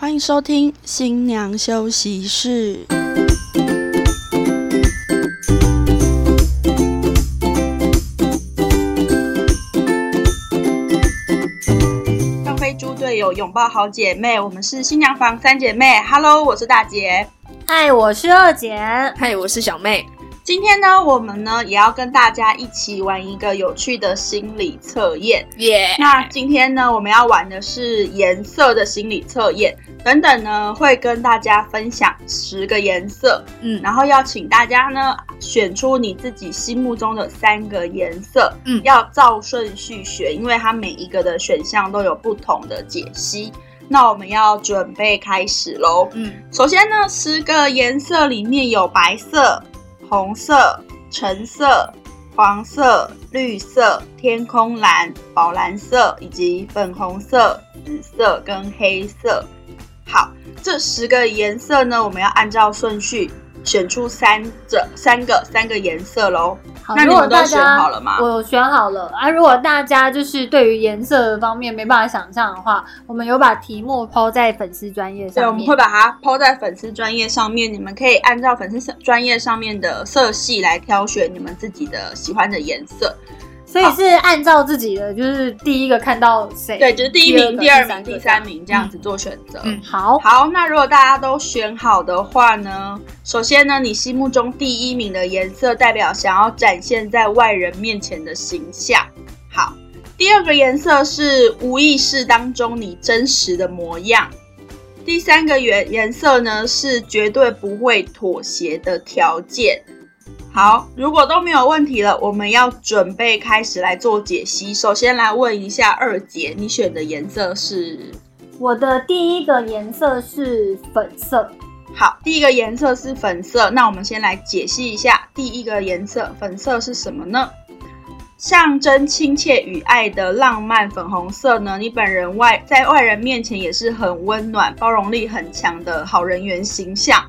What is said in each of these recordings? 欢迎收听新娘休息室。张飞猪队友拥抱好姐妹，我们是新娘房三姐妹。Hello，我是大姐。嗨，我是二姐。嗨，我是小妹。今天呢，我们呢也要跟大家一起玩一个有趣的心理测验。耶、那今天呢，我们要玩的是颜色的心理测验，等等呢会跟大家分享十个颜色，嗯然后要请大家呢选出你自己心目中的三个颜色，嗯要照顺序选，因为它每一个的选项都有不同的解析。那我们要准备开始喽。嗯首先呢，十个颜色里面有白色、红色、橙色、黄色、绿色、天空蓝、宝蓝色以及粉红色、紫色跟黑色。好，这十个颜色呢，我们要按照顺序选出三者三个三个颜色喽。好，那你哦如果们大都选好家了吗？我选好了啊，如果大家就是对于颜色方面没办法想象的话，我们有把题目抛在粉丝专业对，我上们面会。把它抛在粉丝专业上面，你们可以按照粉丝专业上面的色系来挑选你们自己的喜欢的颜色。所以是按照自己的，就是第一个看到谁，对，就是第一名、第第二个名、第个三。名这样子做选择。嗯好，好，那如果大家都选好的话呢？首先呢，你心目中第一名的颜色代表想要展现在外人面前的形象。好，第二个颜色是无意识当中你真实的模样。第三个颜颜色呢是绝对不会妥协的条件。好，如果都没有问题了，我们要准备开始来做解析。首先来问一下二姐，你选的颜色是我的第一个颜色是粉色，好，第一个颜色是粉色，那我们先来解析一下第一个颜色粉色是什么呢？象征亲切与爱的浪漫粉红色呢，你本人外在外人面前也是很温暖、包容力很强的好人缘形象。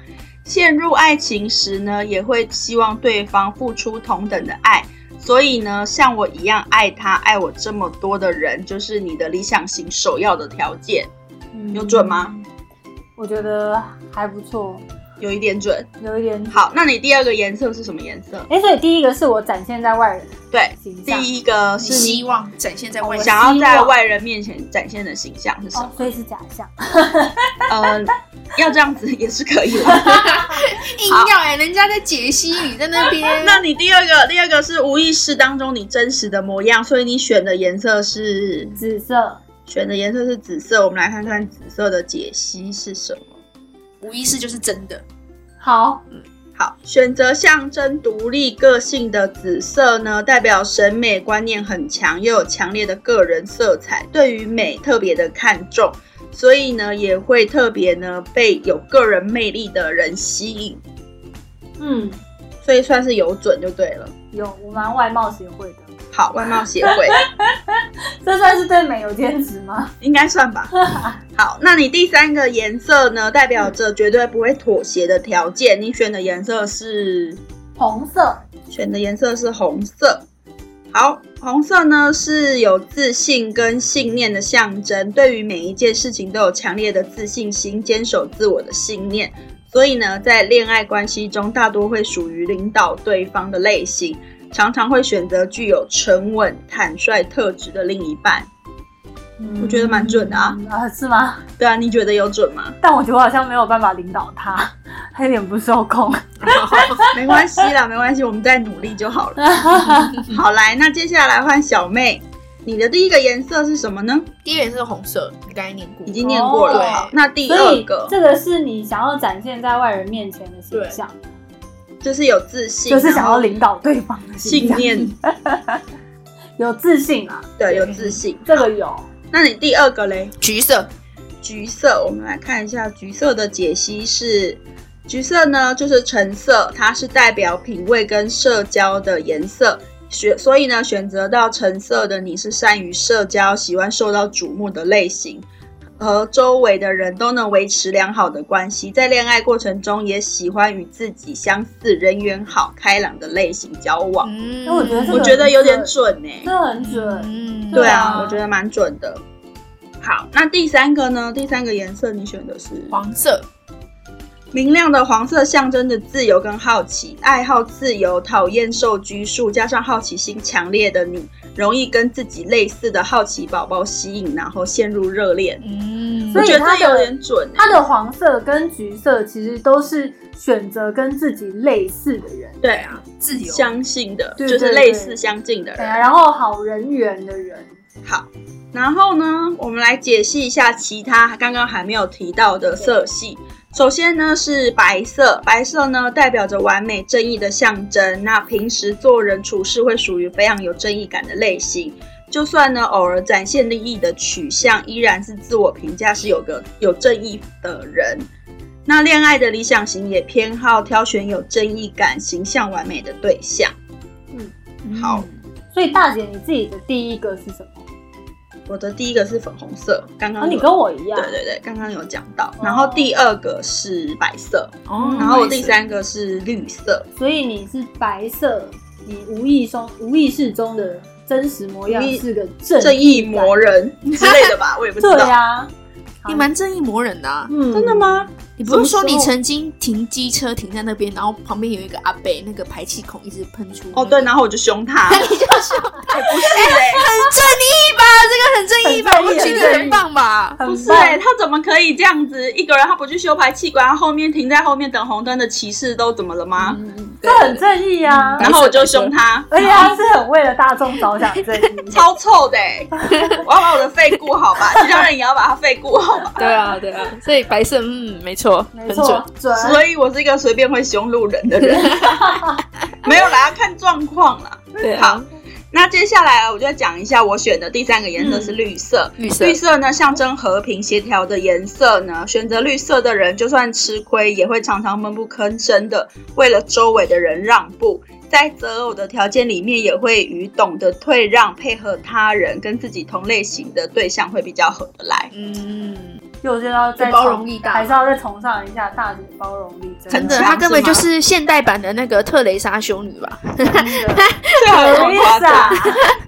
陷入爱情时呢，也会希望对方付出同等的爱。所以呢，像我一样爱他、爱我这么多的人，就是你的理想型首要的条件，嗯有准吗？我觉得还不错，有一点准。有一点。好，那你第二个颜色是什么颜色？哎、所以第一个是我展现在外人对，形象，第一个是希你望展现在外我向。想要在外人面前展现的形象是什哦么，？所以是假象。哦 呃，要这样子也是可以的。硬要欸哎、人家在解析，你在 那边。那你第二个，第二个是无意识当中你真实的模样，所以你选的颜色是紫色，选的颜色是紫色。我们来看看紫色的解析是什么。无意识就是真的。好，好，选择象征独立个性的紫色呢，代表审美观念很强，又有强烈的个人色彩，对于美特别的看重，所以呢，也会特别呢被有个人魅力的人吸引，嗯，所以算是有准就对了。有我们外貌协会的，好，外貌协会这算是对美有坚持吗？应该算吧。好，那你第三个颜色呢，代表着绝对不会妥协的条件。你选的颜色是红色，选的颜色是红色。好，红色呢是有自信跟信念的象征，对于每一件事情都有强烈的自信心，坚守自我的信念。所以呢，在恋爱关系中，大多会属于领导对方的类型，常常会选择具有沉稳、坦率特质的另一半。嗯我觉得蛮准的啊嗯啊、是吗？对啊，你觉得有准 吗？但我觉得我好像没有办法领导他，他有点不受控。没关系啦，没关系，我们再努力就好了。好，来，那接下来换小妹，你的第一个颜色是什么呢？第一个颜色是红色，你刚才念过已。经念过了。哦好，那第所二以个这个是你想要展现在外人面前的形象，就是有自信，就是想然后要领导对方的形信象，念，有自信啊，对，有自信。这个有。那你第二个嘞？橘色，橘色，我们来看一下橘色的解析是：橘色呢就是橙色，它是代表品味跟社交的颜色。选所以呢，选择到橙色的你是善于社交、喜欢受到瞩目的类型，和周围的人都能维持良好的关系，在恋爱过程中也喜欢与自己相似、人缘好、开朗的类型交往。嗯哦那我觉得这个我觉得有点准呢、欸这很准，嗯对对啊，啊我觉得蛮准的。好，那第三个呢？第三个颜色你选的是黄色，明亮的黄色象征着自由跟好奇，爱好自由，讨厌受拘束，加上好奇心强烈的你，容易跟自己类似的好奇宝宝吸引，然后陷入热恋。我嗯所以觉得它这有的点准欸、它的黄色跟橘色其实都是选择跟自己类似的人，对啊，自由，相近的，对就是对类对似相近的对啊，人。然后好人缘的人，好，然后呢，我们来解析一下其他刚刚还没有提到的色系。首先呢是白色，白色呢代表着完美正义的象征。那平时做人处事会属于非常有正义感的类型，就算呢偶尔展现利益的取向，依然是自我评价是有个有正义的人。那恋爱的理想型也偏好挑选有正义感、形象完美的对象。嗯好，所以大姐你自己的第一个是什么？我的第一个是粉红色，刚刚啊，你有跟我一样，对对对，刚刚有讲到。然后第二个是白色，嗯哦然后我第，三个是绿色，所以你是白色，你无意中无意识中的真实模样无意是个正正义魔人之类的吧，我也不知对道。呀、啊，你蛮正义魔人的啊。嗯，真的？吗？你不是说怎么你说曾经停机车停在那边，然后旁边有一个阿伯，那个排气孔一直喷出那个？哦，对，然后我就凶他。你就是很哎不是哎，正义吧？这个很正义吧？很我正义觉得很正义很棒吧？很不是棒哎，他怎么可以这样子？一个人他不去修排气管，他后面停在后面等红灯的骑士都怎么了吗？嗯，这很正义啊！然后我就凶他，。而且他是很为了大众着想正义 超臭的哎！我要把我的肺顾好吧，其他人也要把他肺顾好吧。对啊，对啊，所以白色，嗯，没错，没错，准。所以我是一个随便会凶路人的人，没有啦，看状况啦。对啊好，那接下来我就讲一下我选的第三个颜色是绿嗯色。绿绿色呢，象征和平协调的颜色呢。选择绿色的人，就算吃亏，也会常常闷不吭声的，为了周围的人让步。在择偶的条件里面，也会与懂得退让、配合他人、跟自己同类型的对象会比较合得来。嗯，就我觉得要再包容力大还是要再崇尚一下大姐包容力，真真的的，这她样根本是就吗是现代版的那个特蕾莎修女吧？真的。 这还有什什么么意夸思啊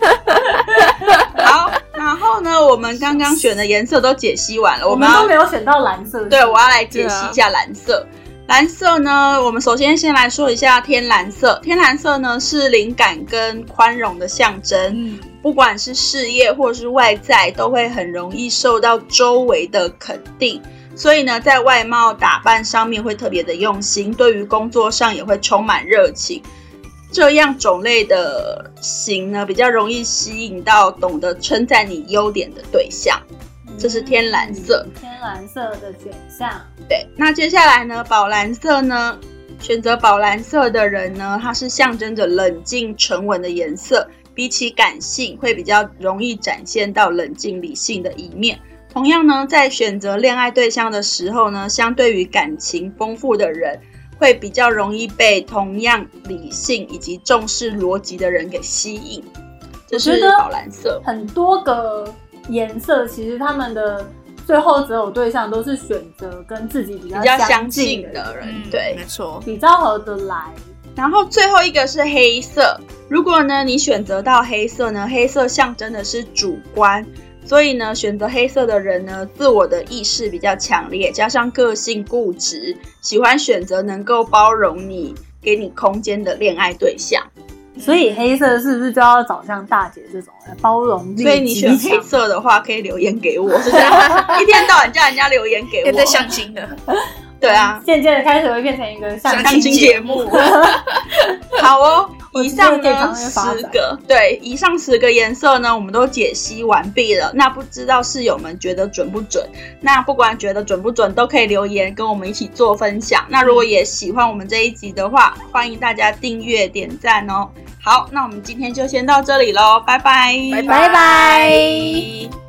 张？？ 好，然后呢，我们刚刚选的颜色都解析完了，我我们们要都没有选到蓝色，对，我要来解析一下蓝色。蓝色呢，我们首先先来说一下天蓝色。天蓝色呢是灵感跟宽容的象征，嗯，不管是事业或是外在，都会很容易受到周围的肯定。所以呢，在外貌打扮上面会特别的用心，对于工作上也会充满热情。这样种类的型呢，比较容易吸引到懂得称赞你优点的对象。嗯这是天蓝色，天蓝色的选项。对，那接下来呢，宝蓝色呢？选择宝蓝色的人呢，它是象征着冷静沉稳的颜色，比起感性会比较容易展现到冷静理性的一面。同样呢，在选择恋爱对象的时候呢，相对于感情丰富的人，会比较容易被同样理性以及重视逻辑的人给吸引。这我是觉得宝蓝色，很多个颜色，其实他们的最后择偶对象都是选择跟自己比较比较相相近的人，的人，对，嗯没错，比较合得来。然后最后一个是黑色。如果呢你选择到黑色呢，黑色象征的是主观，所以呢选择黑色的人呢，自我的意识比较强烈，加上个性固执，喜欢选择能够包容你、给你空间的恋爱对象。所以黑色是不是就要找像大姐这种人包容力？所以你选黑，色的话，可以留言给我，是 这样，一天到晚叫人家留言给有我在。相亲的， 对啊，渐渐的开始会变成一个像相亲节目。 好 哦，我以上觉得可以朝呢那边十发展个，对，以上十个颜色呢，我们都解析完毕了。那不知道室友们觉得准不准？那不管觉得准不准，都可以留言跟我们一起做分享。那如果也喜欢我们这一集的话，欢迎大家订阅、点赞哦。好，那我们今天就先到这里喽，拜拜，拜拜拜。拜。